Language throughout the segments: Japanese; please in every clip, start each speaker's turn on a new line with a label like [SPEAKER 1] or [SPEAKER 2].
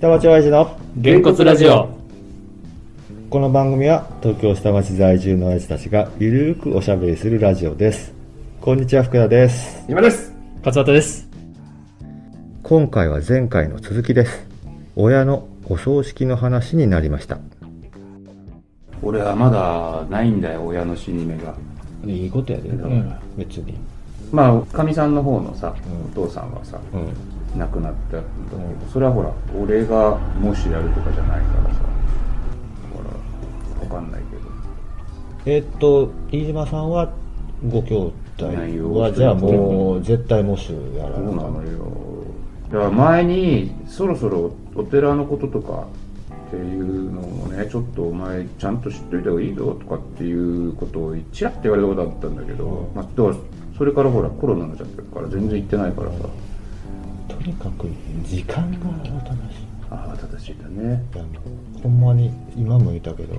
[SPEAKER 1] 下町親父の
[SPEAKER 2] げんこつラジオ
[SPEAKER 1] この番組は東京下町在住の親父たちがゆるーくおしゃべりするラジオですこんにちは福田です
[SPEAKER 3] 今です
[SPEAKER 2] 勝俣です
[SPEAKER 1] 今回は前回の続きです親のお葬式の話になりました
[SPEAKER 3] 俺はまだないんだよ親の死に目が
[SPEAKER 1] いいことやで、
[SPEAKER 2] ん
[SPEAKER 1] 別に
[SPEAKER 3] まあかみさんの方のさ、
[SPEAKER 1] うん
[SPEAKER 3] お父さんはさ
[SPEAKER 1] うん
[SPEAKER 3] 亡くなったんだけど、それはほら俺がもしやるとかじゃないからさだからわかんないけど
[SPEAKER 1] えーっと飯島さんはご兄
[SPEAKER 3] な
[SPEAKER 1] 弟
[SPEAKER 3] いよ
[SPEAKER 1] はじゃあもう絶対模試やら
[SPEAKER 3] そうな
[SPEAKER 1] な
[SPEAKER 3] のよだから前にそろそろお寺のこととかっていうのもねちょっとお前ちゃんと知っといた方がいいぞとかっていうことをちらっと言われたことあったんだけど、
[SPEAKER 1] うん
[SPEAKER 3] まあ、だからそれからほらコロナになっちゃってるから全然行ってないからさ、
[SPEAKER 1] とにかく時間がおとなしい
[SPEAKER 3] ああ正しいんだね
[SPEAKER 1] いやほんまに今も言ったけど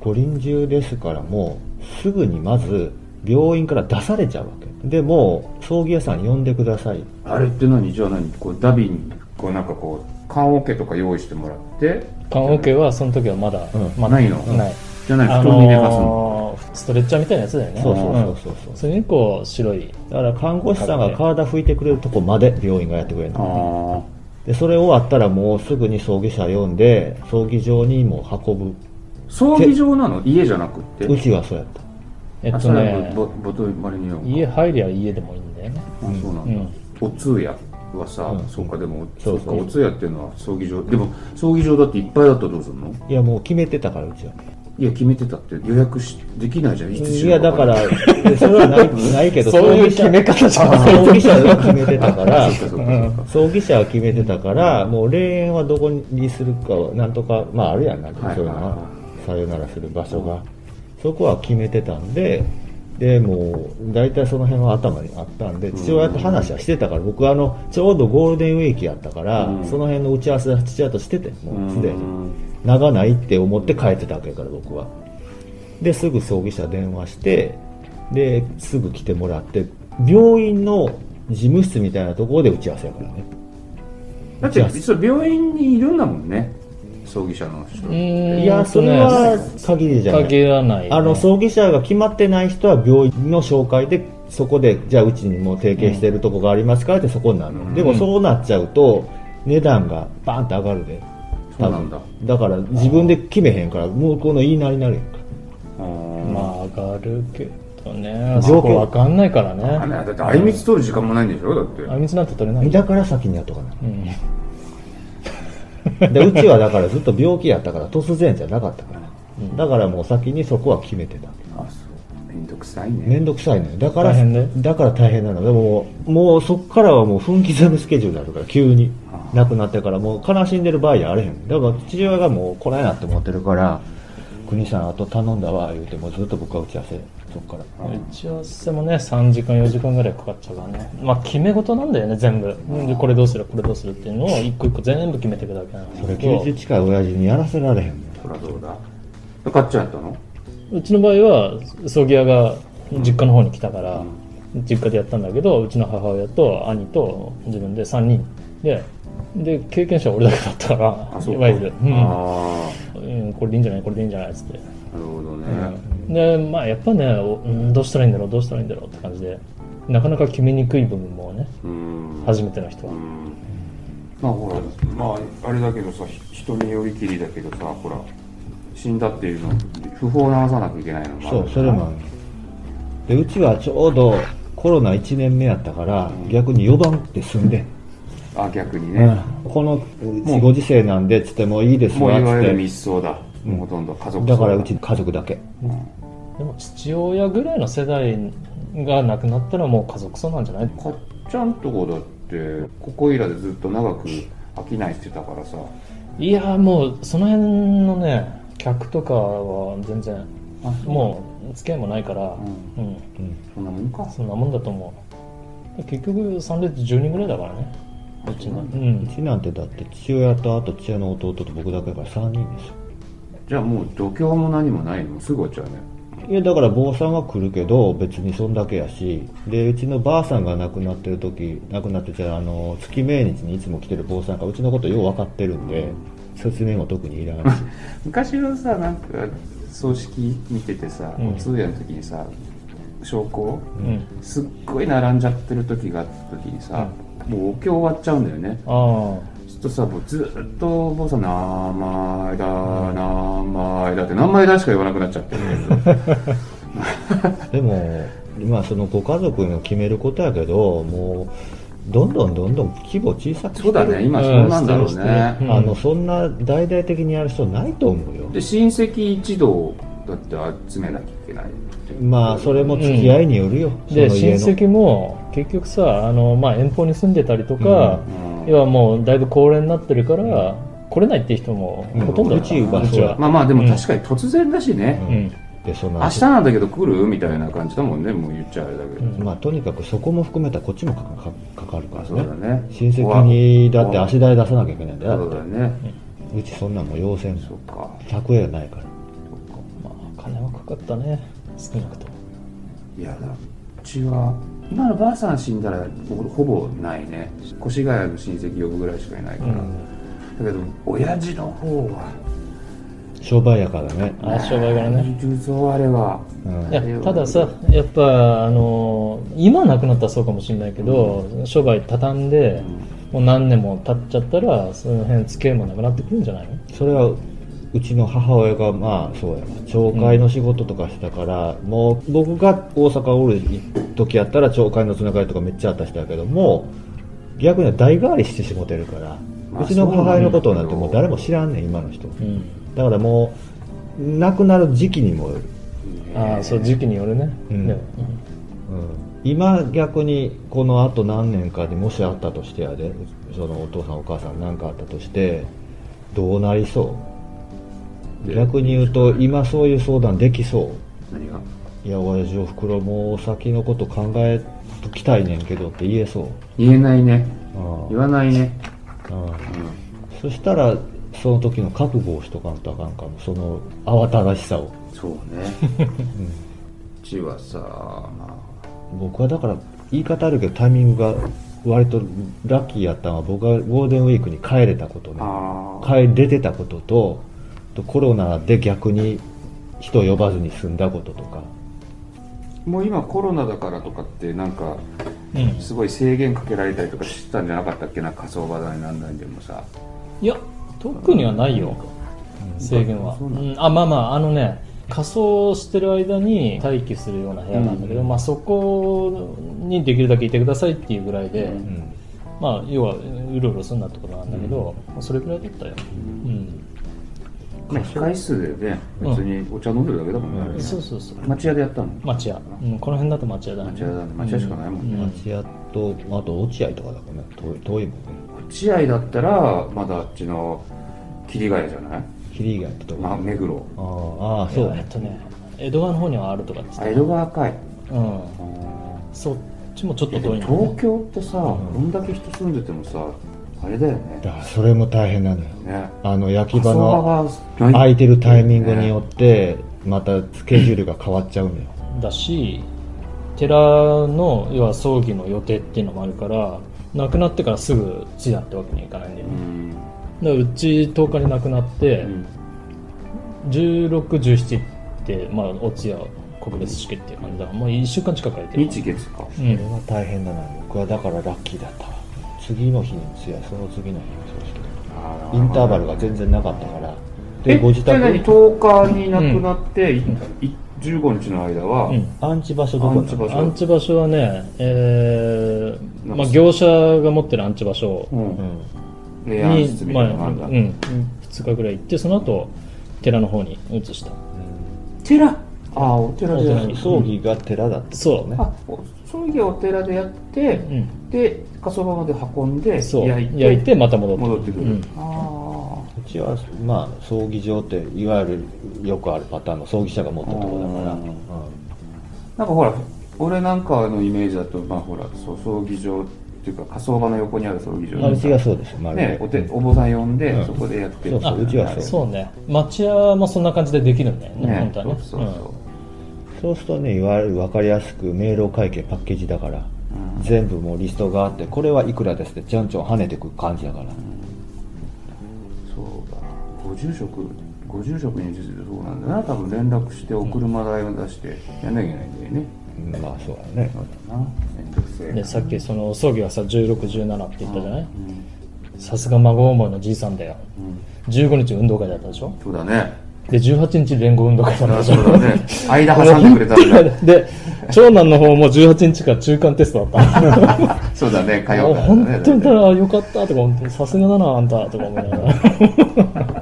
[SPEAKER 1] 五輪中ですからもうすぐにまず病院から出されちゃうわけでもう葬儀屋さん呼んでください
[SPEAKER 3] あれって何じゃあ何こうダビにこうなんかこう棺桶とか用意してもらって
[SPEAKER 2] 棺桶はその時はまだ、
[SPEAKER 1] うん
[SPEAKER 2] まだ
[SPEAKER 3] ないの
[SPEAKER 2] ない
[SPEAKER 3] じゃない
[SPEAKER 2] あ
[SPEAKER 3] 布団に寝かすの、
[SPEAKER 2] のーストレッチャーみたいなやつだよね
[SPEAKER 1] そうそうそうそううんそ
[SPEAKER 2] それにこう白い、
[SPEAKER 1] うだから看護師さんが体拭いてくれるとこまで病院がやってくれるの
[SPEAKER 3] あ
[SPEAKER 1] でそれ終わったらもうすぐに葬儀者呼んで葬儀場にもう運
[SPEAKER 3] あ葬儀場なの家じゃなくって
[SPEAKER 1] ぶうちはそうやった
[SPEAKER 2] えっ
[SPEAKER 3] あ
[SPEAKER 2] と
[SPEAKER 3] それは
[SPEAKER 2] ね
[SPEAKER 3] ボボボトルマリニオンか
[SPEAKER 2] 家入りゃ家でもいいんだよね
[SPEAKER 3] あそうな
[SPEAKER 2] う
[SPEAKER 3] んだ、
[SPEAKER 2] ん
[SPEAKER 3] お通夜はさ、
[SPEAKER 1] うん
[SPEAKER 3] そうかでも
[SPEAKER 1] そ
[SPEAKER 3] そうう
[SPEAKER 1] そう
[SPEAKER 3] かお通夜っていうのは葬儀場でも葬儀場だっていっぱいだったらどうするの
[SPEAKER 1] いやもう決めてたからうちはい
[SPEAKER 3] や決めてたって予約しできないじゃんいつ
[SPEAKER 1] い
[SPEAKER 3] 死ぬ
[SPEAKER 1] やだ
[SPEAKER 3] 分
[SPEAKER 1] か
[SPEAKER 3] ん
[SPEAKER 1] ら
[SPEAKER 3] ない
[SPEAKER 1] それはないないけど
[SPEAKER 2] そういう決め方じゃない
[SPEAKER 1] 葬儀者 が決めてたから
[SPEAKER 3] あそっかそっかそっか
[SPEAKER 1] 葬儀者は決めてたから、もう霊園はどこにするかはなんとかまああるやんなんとか
[SPEAKER 3] はい
[SPEAKER 1] そういうの
[SPEAKER 3] は
[SPEAKER 1] は
[SPEAKER 3] いは
[SPEAKER 1] さよならする場所が、そこは決めてたんででもう大体その辺は頭にあったんで父親と話はしてたから僕はあのちょうどゴールデンウィークやったから、
[SPEAKER 3] うん
[SPEAKER 1] その辺の打ち合わせは父親としててもうすで
[SPEAKER 3] う
[SPEAKER 1] に
[SPEAKER 3] ん
[SPEAKER 1] 長ないって思って帰ってたわけやから僕はですぐ葬儀社電話してですぐ来てもらって病院の事務室みたいなところで打ち合わせやからね
[SPEAKER 3] だって実は病院にいるんだもんね葬儀者の人
[SPEAKER 2] うん
[SPEAKER 1] いやそれは限りじゃない
[SPEAKER 2] 限らない、
[SPEAKER 1] あの葬儀社が決まってない人は病院の紹介でそこでじゃあうちにもう提携してるとこがありますからってそこになるの、
[SPEAKER 3] うん
[SPEAKER 1] でもそうなっちゃうと値段がバーンって上がるで
[SPEAKER 3] そうなんだ
[SPEAKER 1] だから自分で決めへんから向こうの言いなりになるやんか
[SPEAKER 3] あー
[SPEAKER 2] まあ上がるけどね
[SPEAKER 1] 条件
[SPEAKER 2] そこわかんないから
[SPEAKER 3] あ
[SPEAKER 2] ね
[SPEAKER 3] だってあいみつ取る時間もないんでしょだって
[SPEAKER 2] あいみつなんて取れない
[SPEAKER 1] だから先にやっとかな
[SPEAKER 2] うん
[SPEAKER 1] でうちはだからずっと病気やったから突然じゃなかったから、だからもう先にそこは決めてた
[SPEAKER 3] あそうめんどくさいね
[SPEAKER 1] 面倒くさいのよだから
[SPEAKER 2] 大変ね
[SPEAKER 1] だから大変なのでももうそこからはもう分刻みスケジュールになるから急に
[SPEAKER 3] あ
[SPEAKER 1] 亡くなってからもう悲しんでる場合じゃあれへんだから父親がもう来ないなって思ってるから国さんあと頼んだわ言うてもうずっと僕は打ち合わせそこから
[SPEAKER 2] 打ち合わせもね3時間4時間ぐらいかかっちゃうからねまあ決め事なんだよね全部でこれどうするこれどうするっていうのを一個一個全部決めていくだけなん
[SPEAKER 1] そ
[SPEAKER 2] だ
[SPEAKER 1] れ
[SPEAKER 2] けど
[SPEAKER 1] 90近い親父にやらせられへんのよ
[SPEAKER 3] そりゃそうだかっちゃんやったの
[SPEAKER 2] うちの場合は葬儀屋が実家の方に来たから、実家でやったんだけどうちの母親と兄と自分で3人でで経験者は俺だけだったから
[SPEAKER 3] あそう
[SPEAKER 2] い
[SPEAKER 3] か
[SPEAKER 2] わゆる、うん
[SPEAKER 3] あ
[SPEAKER 2] うんこれでいいんじゃないこれでいいんじゃないっつって
[SPEAKER 3] あなるほどね、
[SPEAKER 2] でまあやっぱねおうんどうしたらいいんだろうどうしたらいいんだろうって感じでなかなか決めにくい部分もね
[SPEAKER 3] うん
[SPEAKER 2] 初めての人は
[SPEAKER 3] うんまあほらまああれだけどさひ人によりきりだけどさほら死んだっていうの不法を直さなきゃいけないのもあ
[SPEAKER 1] そ
[SPEAKER 3] る
[SPEAKER 1] うそれもあるでうちはちょうどコロナ1年目やったから逆に4番って住んでん
[SPEAKER 3] あ逆に
[SPEAKER 1] うん
[SPEAKER 3] ね、
[SPEAKER 1] このご時世なんでっつってもういいです
[SPEAKER 3] もう
[SPEAKER 1] わ
[SPEAKER 3] い
[SPEAKER 1] っつ
[SPEAKER 3] わゆる
[SPEAKER 1] っ
[SPEAKER 3] 密葬だ、もうほとんど家
[SPEAKER 1] て
[SPEAKER 3] 族
[SPEAKER 1] だからうち家族だけ
[SPEAKER 2] でも父親ぐらいの世代が亡くなったらもう家族葬なんじゃない
[SPEAKER 3] かっちゃんとこだってここいらでずっと長く商いしてたからさ
[SPEAKER 2] いやーもうその辺のね客とかは全然もう付き合いもないから、
[SPEAKER 3] ん
[SPEAKER 2] うん
[SPEAKER 3] うそんなもんか
[SPEAKER 2] そんなもんだと思う結局参列10人ぐらいだからねうちのう
[SPEAKER 1] うんちなんてだって父親とあと父親の弟と僕だけだから3人ですよ
[SPEAKER 3] じゃあもう度胸も何もないのすぐ終わっちゃうね
[SPEAKER 1] いやだから坊さんは来るけど別にそんだけやしでうちのばあさんが亡くなってる時亡くなってじゃああの月命日にいつも来てる坊さんがうちのことよう分かってるんで説明も特にいら ないし
[SPEAKER 3] 昔のさなんか葬式見ててさ、
[SPEAKER 2] うん
[SPEAKER 3] お通夜の時にさ証拠
[SPEAKER 2] うん。
[SPEAKER 3] すっごい並んじゃってる時があった時にさ、もうお経終わっちゃうんだよね
[SPEAKER 2] あ
[SPEAKER 3] ちょっとさもうずっと坊さん「名前だ名前だ」って名前だしか言わなくなっちゃって
[SPEAKER 1] でもまあそのご家族の決めることやけどもうどんどんどんどん規模小さくして
[SPEAKER 3] そ
[SPEAKER 1] る
[SPEAKER 3] うだね今そうなんだろうね、
[SPEAKER 2] うん
[SPEAKER 1] あのそんな大々的にやる人ないと思うよ
[SPEAKER 3] で親戚一同だって集めなきゃいけない
[SPEAKER 1] まあそれも付き合いによるよ、
[SPEAKER 2] あ。で、
[SPEAKER 1] その
[SPEAKER 2] 親
[SPEAKER 1] 家の
[SPEAKER 2] 戚も結局さ、あの、まあ、遠方に住んでたりとか、
[SPEAKER 3] うん
[SPEAKER 2] 要はもうだいぶ高齢になってるから、来れないって人もほとんどだった
[SPEAKER 1] うんうちは
[SPEAKER 2] うちは。
[SPEAKER 3] まあまあでも確かに突然だしね、
[SPEAKER 2] うん。
[SPEAKER 1] でその
[SPEAKER 3] 明日なんだけど来るみたいな感じだもんねもう言っちゃあれだけど、
[SPEAKER 2] うん
[SPEAKER 1] まあとにかくそこも含めたこっちもかかかかるか
[SPEAKER 3] まあ
[SPEAKER 1] ら
[SPEAKER 3] そうだ
[SPEAKER 1] ね
[SPEAKER 3] ね
[SPEAKER 1] 親戚にだって
[SPEAKER 3] 怖い
[SPEAKER 1] 足代出さなきゃいけないんだ
[SPEAKER 3] そ
[SPEAKER 1] よ
[SPEAKER 3] う
[SPEAKER 1] だ
[SPEAKER 3] だ
[SPEAKER 1] っ
[SPEAKER 3] ね
[SPEAKER 1] てうちそんなんもう要請
[SPEAKER 3] そ
[SPEAKER 1] も
[SPEAKER 3] うか
[SPEAKER 1] 100円ないから
[SPEAKER 2] まあ、金はかかったね。少なくとも。
[SPEAKER 3] いやだうちは今のばあさん死んだらほほぼないね越谷の親戚呼ぶぐらいしかいないから、だけど親父の方は
[SPEAKER 1] 商売やからね
[SPEAKER 2] あ、商売からね。
[SPEAKER 3] いるぞあれは
[SPEAKER 1] うん
[SPEAKER 2] いやたださ、やっぱあの今なくなったらそうかもしれないけど、商売畳んで、もう何年も経っちゃったら、その辺、付き合いもなくなってくるんじゃないの
[SPEAKER 1] それはうちの母親がまあそうやな町会の仕事とかしたから、もう僕が大阪おる時やったら町会のつながりとかめっちゃあった人やけども逆には代替わりしてしもてるから、
[SPEAKER 3] まあ
[SPEAKER 1] うちの母親のことなんてもう誰も知らんねん今の人だからもう亡くなる時期にもよる、
[SPEAKER 2] ああ、そう、時期によるね。
[SPEAKER 1] うん
[SPEAKER 2] でも
[SPEAKER 1] うん、今逆にこのあと何年かでもしあったとしてやでそのお父さんお母さん何かあったとしてどうなりそう
[SPEAKER 3] で
[SPEAKER 1] 逆に言うと今そういう相談できそ
[SPEAKER 3] 何が
[SPEAKER 1] ういや親父おふくろもう先のこと考えときたいねんけどって言えそう
[SPEAKER 3] 言えないね
[SPEAKER 1] あ
[SPEAKER 3] 言わないね、
[SPEAKER 1] あああ
[SPEAKER 3] うん
[SPEAKER 1] そしたらその時の覚悟をしとかんとあかんかもその慌ただしさを
[SPEAKER 3] そうねうちはさ、ま
[SPEAKER 1] 僕はだから言い方あるけどタイミングが割とラッキーやったのは僕はゴールデンウィークに帰れたことね
[SPEAKER 3] ああ
[SPEAKER 1] 帰れてたことととコロナで逆に人呼ばずに済んだこととか
[SPEAKER 3] もう今コロナだからとかってなんか
[SPEAKER 2] うん
[SPEAKER 3] すごい制限かけられたりとかしてたんじゃなかったっけな火葬場代なんだりでもさ
[SPEAKER 2] いや、特にはないよ、制限は。
[SPEAKER 3] そううなん
[SPEAKER 2] んあまあまあ、あのね、仮装してる間に待機するような部屋なんだけど、
[SPEAKER 3] うん
[SPEAKER 2] まあ、そこにできるだけいてくださいっていうぐらいで、
[SPEAKER 3] うん
[SPEAKER 2] まあ、要はうろうろすんなってことなんだけど、それぐらいだったよ。うん
[SPEAKER 3] まあ控え室でね
[SPEAKER 2] うん
[SPEAKER 3] 別にお茶飲んでるだけだもんね、あれね
[SPEAKER 2] そうそうそう。
[SPEAKER 3] 町屋でやったの
[SPEAKER 2] 町屋。うん、この辺だと町屋だね。
[SPEAKER 3] 町屋だね町屋しかないもん
[SPEAKER 2] う
[SPEAKER 3] ね、
[SPEAKER 2] ん
[SPEAKER 1] 町屋とあと落合とかだもんね遠い遠いもんね
[SPEAKER 3] 落合だったらまだあっちの霧ヶ谷じゃない、
[SPEAKER 1] 霧がやったと
[SPEAKER 3] ま、
[SPEAKER 1] か
[SPEAKER 3] 目黒
[SPEAKER 1] あーあー
[SPEAKER 2] い
[SPEAKER 1] そう
[SPEAKER 2] やえ
[SPEAKER 1] ね
[SPEAKER 2] っとね、江戸川の方にはあるとかって言っ
[SPEAKER 3] あ江戸川かい
[SPEAKER 2] てた。うん。そっちもちょっ
[SPEAKER 3] いや
[SPEAKER 2] と遠
[SPEAKER 3] で
[SPEAKER 2] い
[SPEAKER 3] も
[SPEAKER 2] んだよね。
[SPEAKER 3] 東京ってさ、こんだけ人住んでてもさあれだよね
[SPEAKER 1] だからそれも大変なのよ
[SPEAKER 3] ね
[SPEAKER 1] あの
[SPEAKER 3] 火
[SPEAKER 1] 焼き場
[SPEAKER 3] 葬
[SPEAKER 1] の
[SPEAKER 3] 場がな
[SPEAKER 1] 空
[SPEAKER 3] い
[SPEAKER 1] いてるタイミングによってまたスケジュールが変わっちゃうのよ
[SPEAKER 2] だし、寺の、要は葬儀の予定っていうのもあるから、亡くなってからすぐ通夜ってわけにはいかないんだよ
[SPEAKER 3] う
[SPEAKER 2] ね。
[SPEAKER 3] ん
[SPEAKER 2] だからうち10日に亡くなって、16、17って、まあ、お通夜、国別式っていう感じだから、もう1週間近く空いてる。
[SPEAKER 3] 日月か
[SPEAKER 2] う
[SPEAKER 1] それ
[SPEAKER 2] ん。
[SPEAKER 1] は大変だな僕はだからラッキーだったわ次の日に通夜その次の日に葬式インターバルが全然なかったから
[SPEAKER 3] え
[SPEAKER 1] でご自
[SPEAKER 3] じゃあ
[SPEAKER 1] 宅
[SPEAKER 3] 何10日に亡くなって、いい15日の間は、
[SPEAKER 2] うん
[SPEAKER 1] アンチ場所どこな
[SPEAKER 3] アンチ場
[SPEAKER 1] の
[SPEAKER 2] ア
[SPEAKER 3] 所
[SPEAKER 2] ンチ場所はね、えー
[SPEAKER 3] なんか
[SPEAKER 2] まあ、業者が持ってるアンチ場所
[SPEAKER 3] う
[SPEAKER 1] うんん
[SPEAKER 3] レイアン
[SPEAKER 2] に
[SPEAKER 3] 室、み
[SPEAKER 2] まあ
[SPEAKER 3] たいなのがあるんだ、
[SPEAKER 2] うん、2日ぐらい行って、その後寺の方に移した。
[SPEAKER 3] 寺ああお寺でやる
[SPEAKER 2] うん
[SPEAKER 1] 葬儀が寺だった
[SPEAKER 2] そう
[SPEAKER 1] ね
[SPEAKER 3] あお葬儀はお寺でやって、
[SPEAKER 2] うん、
[SPEAKER 3] で火葬場まで運んで
[SPEAKER 2] そう
[SPEAKER 3] 焼いて
[SPEAKER 2] 焼いてまた戻って
[SPEAKER 3] 戻ってく
[SPEAKER 2] う
[SPEAKER 3] る、
[SPEAKER 2] ん
[SPEAKER 3] あ
[SPEAKER 1] うちは、まあ、葬儀場っていわゆるよくあるパターンの葬儀社が持ったとこだから、
[SPEAKER 3] う
[SPEAKER 1] う
[SPEAKER 3] んあなんかほら俺なんかのイメージだとまあほらそう葬儀場っていうか火葬場の横にある葬儀場
[SPEAKER 1] ん、まあうちがそうですよ、まあ
[SPEAKER 3] ね、おて
[SPEAKER 1] うん
[SPEAKER 3] お坊さん呼んで、
[SPEAKER 1] うん
[SPEAKER 3] そこでやってる
[SPEAKER 1] そうそううちはそう
[SPEAKER 2] そうね、町屋もそんな感じでできるんだよね、
[SPEAKER 3] ね
[SPEAKER 2] 本当はね。
[SPEAKER 3] そうそうそう、
[SPEAKER 1] そうするとねいわゆる分かりやすく明瞭会計パッケージだから全部もうリストがあってこれはいくらですってちゃんちょん跳ねてく感じだから
[SPEAKER 3] そうだご住職ご住職にそうなんだな多分連絡してお車代を出してやんなきゃいけないんだよね、
[SPEAKER 1] うんまあそうだね
[SPEAKER 3] そうだな面倒くせえ
[SPEAKER 2] でさっきその葬儀はさ1617って言ったじゃない
[SPEAKER 3] うん
[SPEAKER 2] さすが孫思いのじいさんだよ
[SPEAKER 3] うん
[SPEAKER 2] 15日運動会だったでしょ
[SPEAKER 3] そうだね
[SPEAKER 2] で18日連合運動会だった
[SPEAKER 3] あ
[SPEAKER 2] でし
[SPEAKER 3] そ
[SPEAKER 2] ょ
[SPEAKER 3] うだね間挟んでくれた んだ
[SPEAKER 2] で長男の方も18日から中間テストだった
[SPEAKER 3] そうだね火
[SPEAKER 2] あ
[SPEAKER 3] 曜日だったね
[SPEAKER 2] 本当にたらよかったとか思ってさすがだなあんたとか思いながら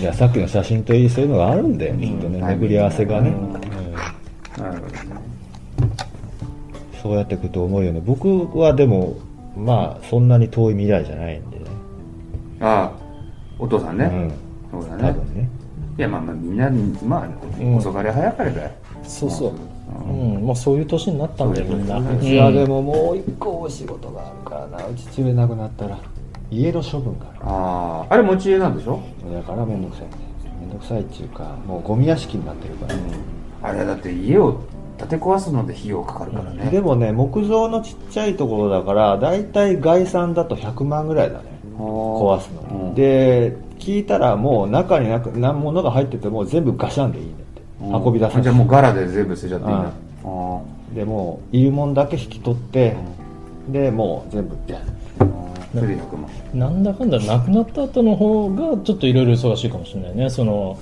[SPEAKER 1] いやさっきの写真といいそういうのがあるんだよきっとね巡り合わせがね、うん
[SPEAKER 3] なるほどね
[SPEAKER 1] そうやっていくと思うよね僕はでもまあそんなに遠い未来じゃないんでね
[SPEAKER 3] ああお父さんね、そうだ
[SPEAKER 1] 多
[SPEAKER 3] ね
[SPEAKER 1] 分ね
[SPEAKER 3] いやまあまあみんなまあ、
[SPEAKER 2] うん
[SPEAKER 3] 遅かれ早かれだよ
[SPEAKER 2] そうそう
[SPEAKER 3] う
[SPEAKER 2] うんもうそういう年になったんだよみんな
[SPEAKER 3] そういう
[SPEAKER 1] うちはでも
[SPEAKER 2] も
[SPEAKER 1] もう一個お仕事があるからなうち父親亡くなったら家の処分があ
[SPEAKER 3] あああれ持ち家なんでしょ、
[SPEAKER 1] るだから面倒くさいね面倒くさいっていうかもうゴミ屋敷になってるから、
[SPEAKER 3] あれだって家を建て壊すので費用かかるからね、
[SPEAKER 1] でもね木造のちっちゃいところだからだいたい概算だと100万ぐらいだね壊すの、
[SPEAKER 3] うん
[SPEAKER 1] で聞いたらもう中になく何ものが入ってても全部ガシャンでいいねって
[SPEAKER 3] うん
[SPEAKER 1] 運び出さ
[SPEAKER 3] あじゃあもうガラで全部捨てちゃっていいんだ、
[SPEAKER 1] うん
[SPEAKER 3] あ
[SPEAKER 1] でもういるもんだけ引き取って、でもう全部ビャン
[SPEAKER 3] あそれで100万
[SPEAKER 2] なんだかんだ亡くなった後の方がちょっといろいろ忙しいかもしれないねその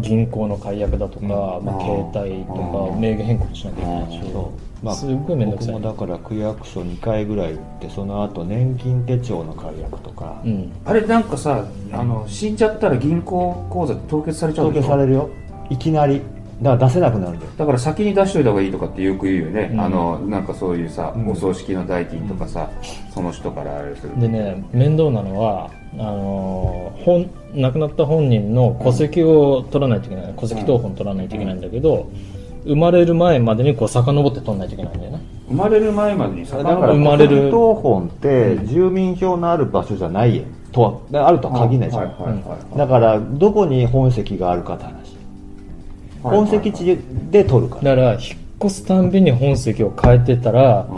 [SPEAKER 2] 銀行の解約だとか、まあ、
[SPEAKER 3] あ
[SPEAKER 2] 携
[SPEAKER 3] ー
[SPEAKER 2] 帯と
[SPEAKER 3] う
[SPEAKER 2] か
[SPEAKER 3] ん
[SPEAKER 2] 名義変更しなきゃいけないし、
[SPEAKER 1] そう
[SPEAKER 2] すっごい面倒くさい
[SPEAKER 1] 僕もだから区役所2回ぐらい行ってその後年金手帳の解約とか、
[SPEAKER 2] うん、
[SPEAKER 3] あれなんかさあの死んじゃったら銀行口座凍結されちゃう
[SPEAKER 1] 凍
[SPEAKER 3] でし
[SPEAKER 1] 結
[SPEAKER 3] ょ
[SPEAKER 1] されるよいきなりだから出せなくなるんだよ
[SPEAKER 3] だから先に出しといた方がいいとかってよく言うよね、
[SPEAKER 2] うん
[SPEAKER 3] あのなんかそういうさ、
[SPEAKER 1] うん
[SPEAKER 3] お葬式の代金とかさ、その人からあれする
[SPEAKER 2] でね面倒なのはあのー本亡くなった本人の戸籍を取らないといけない戸籍謄本取らないといけないんだけど、生まれる前までにこう遡って取らないといけないんだよね
[SPEAKER 3] 生まれる前までにさ
[SPEAKER 1] だから
[SPEAKER 2] 生まれる
[SPEAKER 1] 投本って住民票のある場所じゃないやんとはだからあるとは限らないじゃん、
[SPEAKER 3] はいはいはいはい
[SPEAKER 1] だからどこに本籍があるかって話、
[SPEAKER 3] はいはい
[SPEAKER 1] 本籍地で取るから
[SPEAKER 2] だから引っ越すたんびに本籍を変えてたら、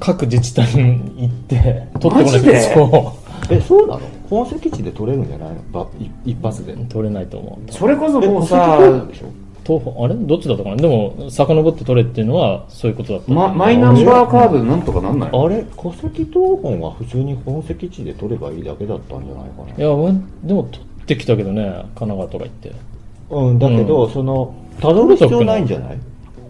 [SPEAKER 2] 各自治体に行って取ってこな
[SPEAKER 3] マ
[SPEAKER 2] い
[SPEAKER 3] ジで
[SPEAKER 2] と
[SPEAKER 1] えそうなの本籍地で取れるんじゃないのばい一発で
[SPEAKER 2] そう取れないと思う
[SPEAKER 3] それこそ
[SPEAKER 1] え
[SPEAKER 3] もう
[SPEAKER 1] 戸籍
[SPEAKER 3] さ
[SPEAKER 1] 謄本でしょ
[SPEAKER 2] 東宝あれどっちだったかなでも遡って取れっていうのはそういうことだったんだよ
[SPEAKER 3] ま、
[SPEAKER 2] ね
[SPEAKER 3] マイナンバーカードでなんとかなんないの
[SPEAKER 1] あれ戸籍謄本は普通に本籍地で取ればいいだけだったんじゃないか
[SPEAKER 2] いや俺でも取ってきたけどね神奈川とか行って
[SPEAKER 1] なうんだけど、
[SPEAKER 2] うん
[SPEAKER 1] そのたどる必要ないんじゃない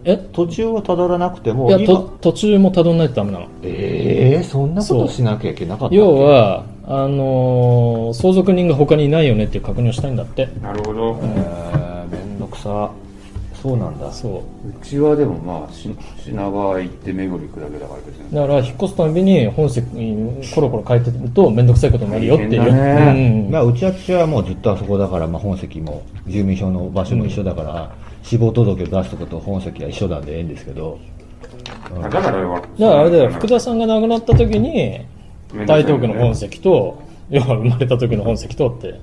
[SPEAKER 2] え
[SPEAKER 1] 途中はたどらなくて
[SPEAKER 2] い
[SPEAKER 1] も
[SPEAKER 2] や
[SPEAKER 1] 今
[SPEAKER 2] と途中もたどんないとダメなの
[SPEAKER 1] ええそんなこ
[SPEAKER 2] そう
[SPEAKER 1] としなきゃいけなかったっけ
[SPEAKER 2] 要はあのー相続人が他にいないよねっていう確認をしたいんだって
[SPEAKER 3] なるほど
[SPEAKER 1] えーめんどくさそうなんだ
[SPEAKER 2] そう
[SPEAKER 3] ちはでもまあし品川行って目黒行くだけだから別
[SPEAKER 2] う
[SPEAKER 3] に
[SPEAKER 2] だから引っ越すたんびに本籍にコロコロ変えてると面倒くさいことになるよっていう、
[SPEAKER 3] 大変だ
[SPEAKER 2] う
[SPEAKER 3] ね
[SPEAKER 2] ん
[SPEAKER 1] まあ、うちは父親はもうずっとあそこだから、まあ、本籍も住民票の場所も一緒だから、死亡届を出すとこと本籍は一緒なんでええんですけど、
[SPEAKER 3] あだからは
[SPEAKER 2] だからあれだよ福田さんが亡くなった時に
[SPEAKER 3] 面倒
[SPEAKER 2] 台
[SPEAKER 3] くさいよね
[SPEAKER 2] 東区の本籍と要は生まれた時の本籍とって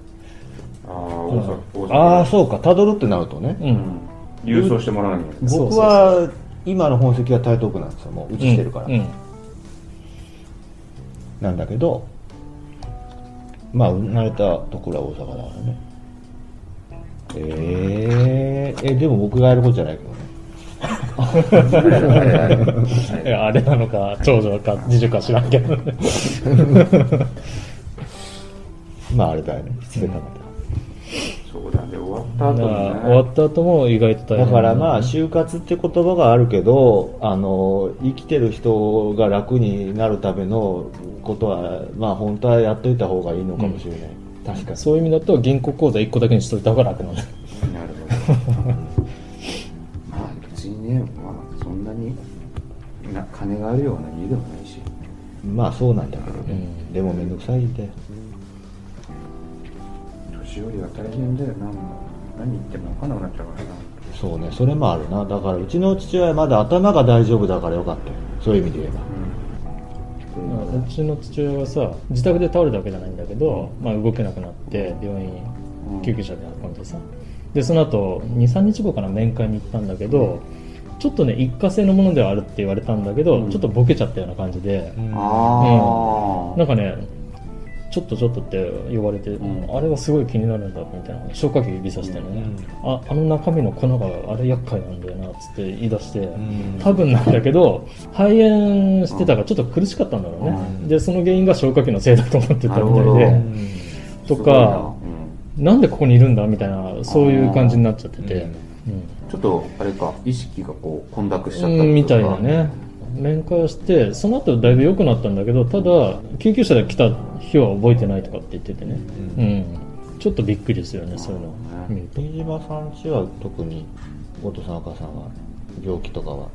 [SPEAKER 3] ああ大阪大阪
[SPEAKER 1] ああ、そうか、たどるってなるとね、
[SPEAKER 2] う
[SPEAKER 3] うんん郵送してもらわなきゃいけない
[SPEAKER 2] そう
[SPEAKER 1] 僕は今の本籍は台東区なんですよ、もう移してるから、
[SPEAKER 2] うんうん
[SPEAKER 1] なんだけど、まあ、生まれたところは大阪だからね。えー、え、でも僕がやることじゃないけどね。
[SPEAKER 2] いやあれなのか長女か次女か知らんけど
[SPEAKER 1] まあ、あれだよね、失礼かなと。
[SPEAKER 3] そうだね終わっ
[SPEAKER 2] だか
[SPEAKER 3] た後
[SPEAKER 2] ら
[SPEAKER 3] もね
[SPEAKER 2] 終わった後も意外と大
[SPEAKER 1] だ
[SPEAKER 2] 変
[SPEAKER 1] からまあ就活って言葉があるけどあの生きてる人が楽になるためのことはまあ本当はやっといた方がいいのかもしれない、確かに
[SPEAKER 2] そういう意味だと銀行口座1個だけにしといた方が楽なんだ
[SPEAKER 3] なるほどまあ別にねまあそんなにな金があるような家でもないし
[SPEAKER 1] まあそうなんだけどね、
[SPEAKER 2] うん
[SPEAKER 1] でも面倒くさいんだよ
[SPEAKER 3] 年寄りは大変だよなもう何言っても分かんなくなっちゃうからな
[SPEAKER 1] そうねそれもあるなだからうちの父親はまだ頭が大丈夫だからよかったよそういう意味で言えば
[SPEAKER 3] うん
[SPEAKER 2] うちの父親はさ自宅で倒れたわけじゃないんだけど、まあ、動けなくなって病院
[SPEAKER 3] うん
[SPEAKER 2] 救急車で運んでさでその後23日後から面会に行ったんだけどちょっとね一過性のものではあるって言われたんだけど、
[SPEAKER 3] うん
[SPEAKER 2] ちょっとボケちゃったような感じで、
[SPEAKER 3] あ
[SPEAKER 2] なんかねちょっとちょっとって呼ばれて、
[SPEAKER 3] ん
[SPEAKER 2] あれはすごい気になるんだみたいな消化器指さしてね、ああの中身の粉があれ厄介なんだよなっつって言い出して、多分なんだけど肺炎してたからちょっと苦しかったんだろうね、
[SPEAKER 1] うん
[SPEAKER 2] でその原因が消化器のせいだと思ってたみ
[SPEAKER 3] なる
[SPEAKER 2] た
[SPEAKER 3] ほ
[SPEAKER 2] い
[SPEAKER 3] ど
[SPEAKER 2] で
[SPEAKER 3] あ
[SPEAKER 2] とか、なんでここにいるんだみたいなそういう感じになっちゃってて、
[SPEAKER 3] ちょっとあれか意識がこう混濁しち
[SPEAKER 2] う
[SPEAKER 3] ゃっ
[SPEAKER 2] ん
[SPEAKER 3] たりとか
[SPEAKER 2] みたいなね面会をしてその後だいぶ良くなったんだけどただ救急車で来た日は覚えてないとかって言っててね、うん、ちょっとびっくりですよねそういうのを見ると
[SPEAKER 1] 飯島さんちは特にお父さんお母さんは病気とかは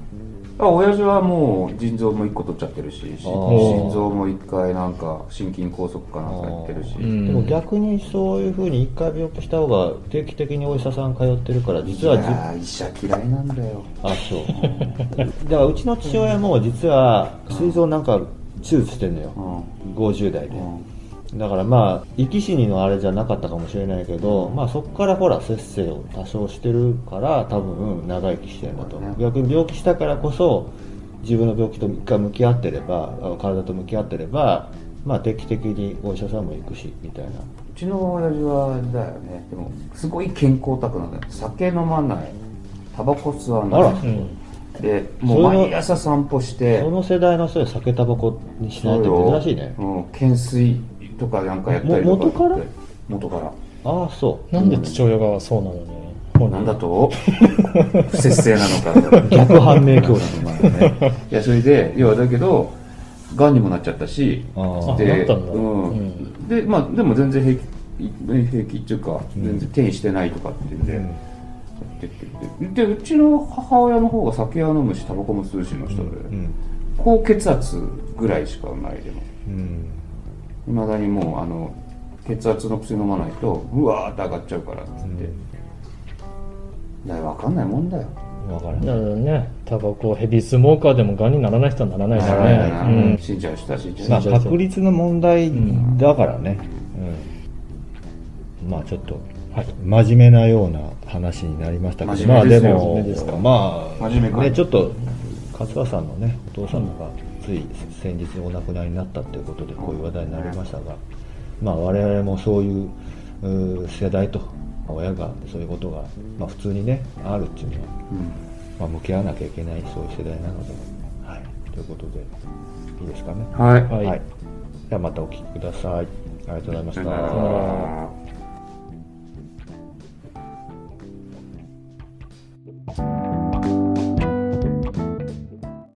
[SPEAKER 3] あ親父はもう腎臓も1個取っちゃってるしし
[SPEAKER 1] あー
[SPEAKER 3] 心臓も1回なんか心筋梗塞かなんかやってるし、
[SPEAKER 1] あー
[SPEAKER 2] うん
[SPEAKER 1] でも逆にそういうふうに一回病気した方が定期的にお医者さん通ってるから実はいじ
[SPEAKER 3] やー医者嫌いなんだよ
[SPEAKER 1] あそうだからうちの父親も実は膵臓なんか手術してんのよ
[SPEAKER 3] うん
[SPEAKER 1] 50代で
[SPEAKER 3] うん
[SPEAKER 1] だからまあ生き死にのあれじゃなかったかもしれないけど、まあ、そこからほら節制を多少してるから多分長生きしてるんだと
[SPEAKER 3] そうだね
[SPEAKER 1] 逆に病気したからこそ自分の病気と一回向き合ってればあ体と向き合ってれば、まあ、定期的にお医者さんも行くしみたいな
[SPEAKER 3] うちの親父はだよねでもすごい健康オタクなんだよ酒飲まないタバコ吸わない
[SPEAKER 1] あら
[SPEAKER 2] うん
[SPEAKER 3] でも
[SPEAKER 1] そ
[SPEAKER 3] う
[SPEAKER 1] れの
[SPEAKER 3] 毎朝散歩して
[SPEAKER 1] その世代の人で酒タバコにしない
[SPEAKER 3] そう
[SPEAKER 1] と
[SPEAKER 3] よ
[SPEAKER 1] 珍しいね
[SPEAKER 3] うん、懸垂とかなんかやったり
[SPEAKER 1] も
[SPEAKER 3] とか
[SPEAKER 1] 元から
[SPEAKER 3] って元から
[SPEAKER 1] ああそう
[SPEAKER 2] なんで父親がそうなのに本人
[SPEAKER 3] なんだと不節制なのか
[SPEAKER 1] 逆反面教師
[SPEAKER 3] まあねいやそれで要はだけどがんにもなっちゃったし
[SPEAKER 1] あー
[SPEAKER 2] あな
[SPEAKER 3] で
[SPEAKER 2] ったんだ
[SPEAKER 3] うん
[SPEAKER 2] うん
[SPEAKER 3] でまあでも全然平気平気っていうか全然転移してないとかっていうんで、
[SPEAKER 1] うん
[SPEAKER 3] やってってでうちの母親の方が酒は飲むしタバコも吸うしの人
[SPEAKER 1] う
[SPEAKER 3] で、
[SPEAKER 1] ん
[SPEAKER 3] 高血圧ぐらいしかないでも
[SPEAKER 1] うん
[SPEAKER 3] いまだにもうあの血圧の薬飲まないとうわーって上がっちゃうからっつって、いや分かんないもんだよ
[SPEAKER 1] 分からない
[SPEAKER 2] なるほどねタバコヘビースモーカーでもがんにならない人はならないですよ
[SPEAKER 1] ならない
[SPEAKER 2] ね
[SPEAKER 1] な
[SPEAKER 3] う
[SPEAKER 2] うんん
[SPEAKER 3] 死んじゃう人は死んじゃう
[SPEAKER 1] まあ
[SPEAKER 2] そうそう
[SPEAKER 1] 確率の問題だからね、うんまあちょっと
[SPEAKER 2] はい
[SPEAKER 1] 真面目なような話になりましたけど
[SPEAKER 3] 真面目ですよ
[SPEAKER 2] 真面目ですか
[SPEAKER 1] まあ
[SPEAKER 3] 真面目か
[SPEAKER 1] ねちょっと勝和さんのねお父様がつい先日お亡くなりになったということでこういう話題になりましたが、まあ我々もそういううー世代と親がそういうことが、まあ、普通にねあるっていうのは
[SPEAKER 3] うん
[SPEAKER 1] まあ、向き合わなきゃいけないそういう世代なので、はい、ということでいいですかね
[SPEAKER 3] はい、
[SPEAKER 2] はい
[SPEAKER 1] ではまたお聞きくださいありがとうございまし
[SPEAKER 3] さ
[SPEAKER 1] た、
[SPEAKER 3] よなら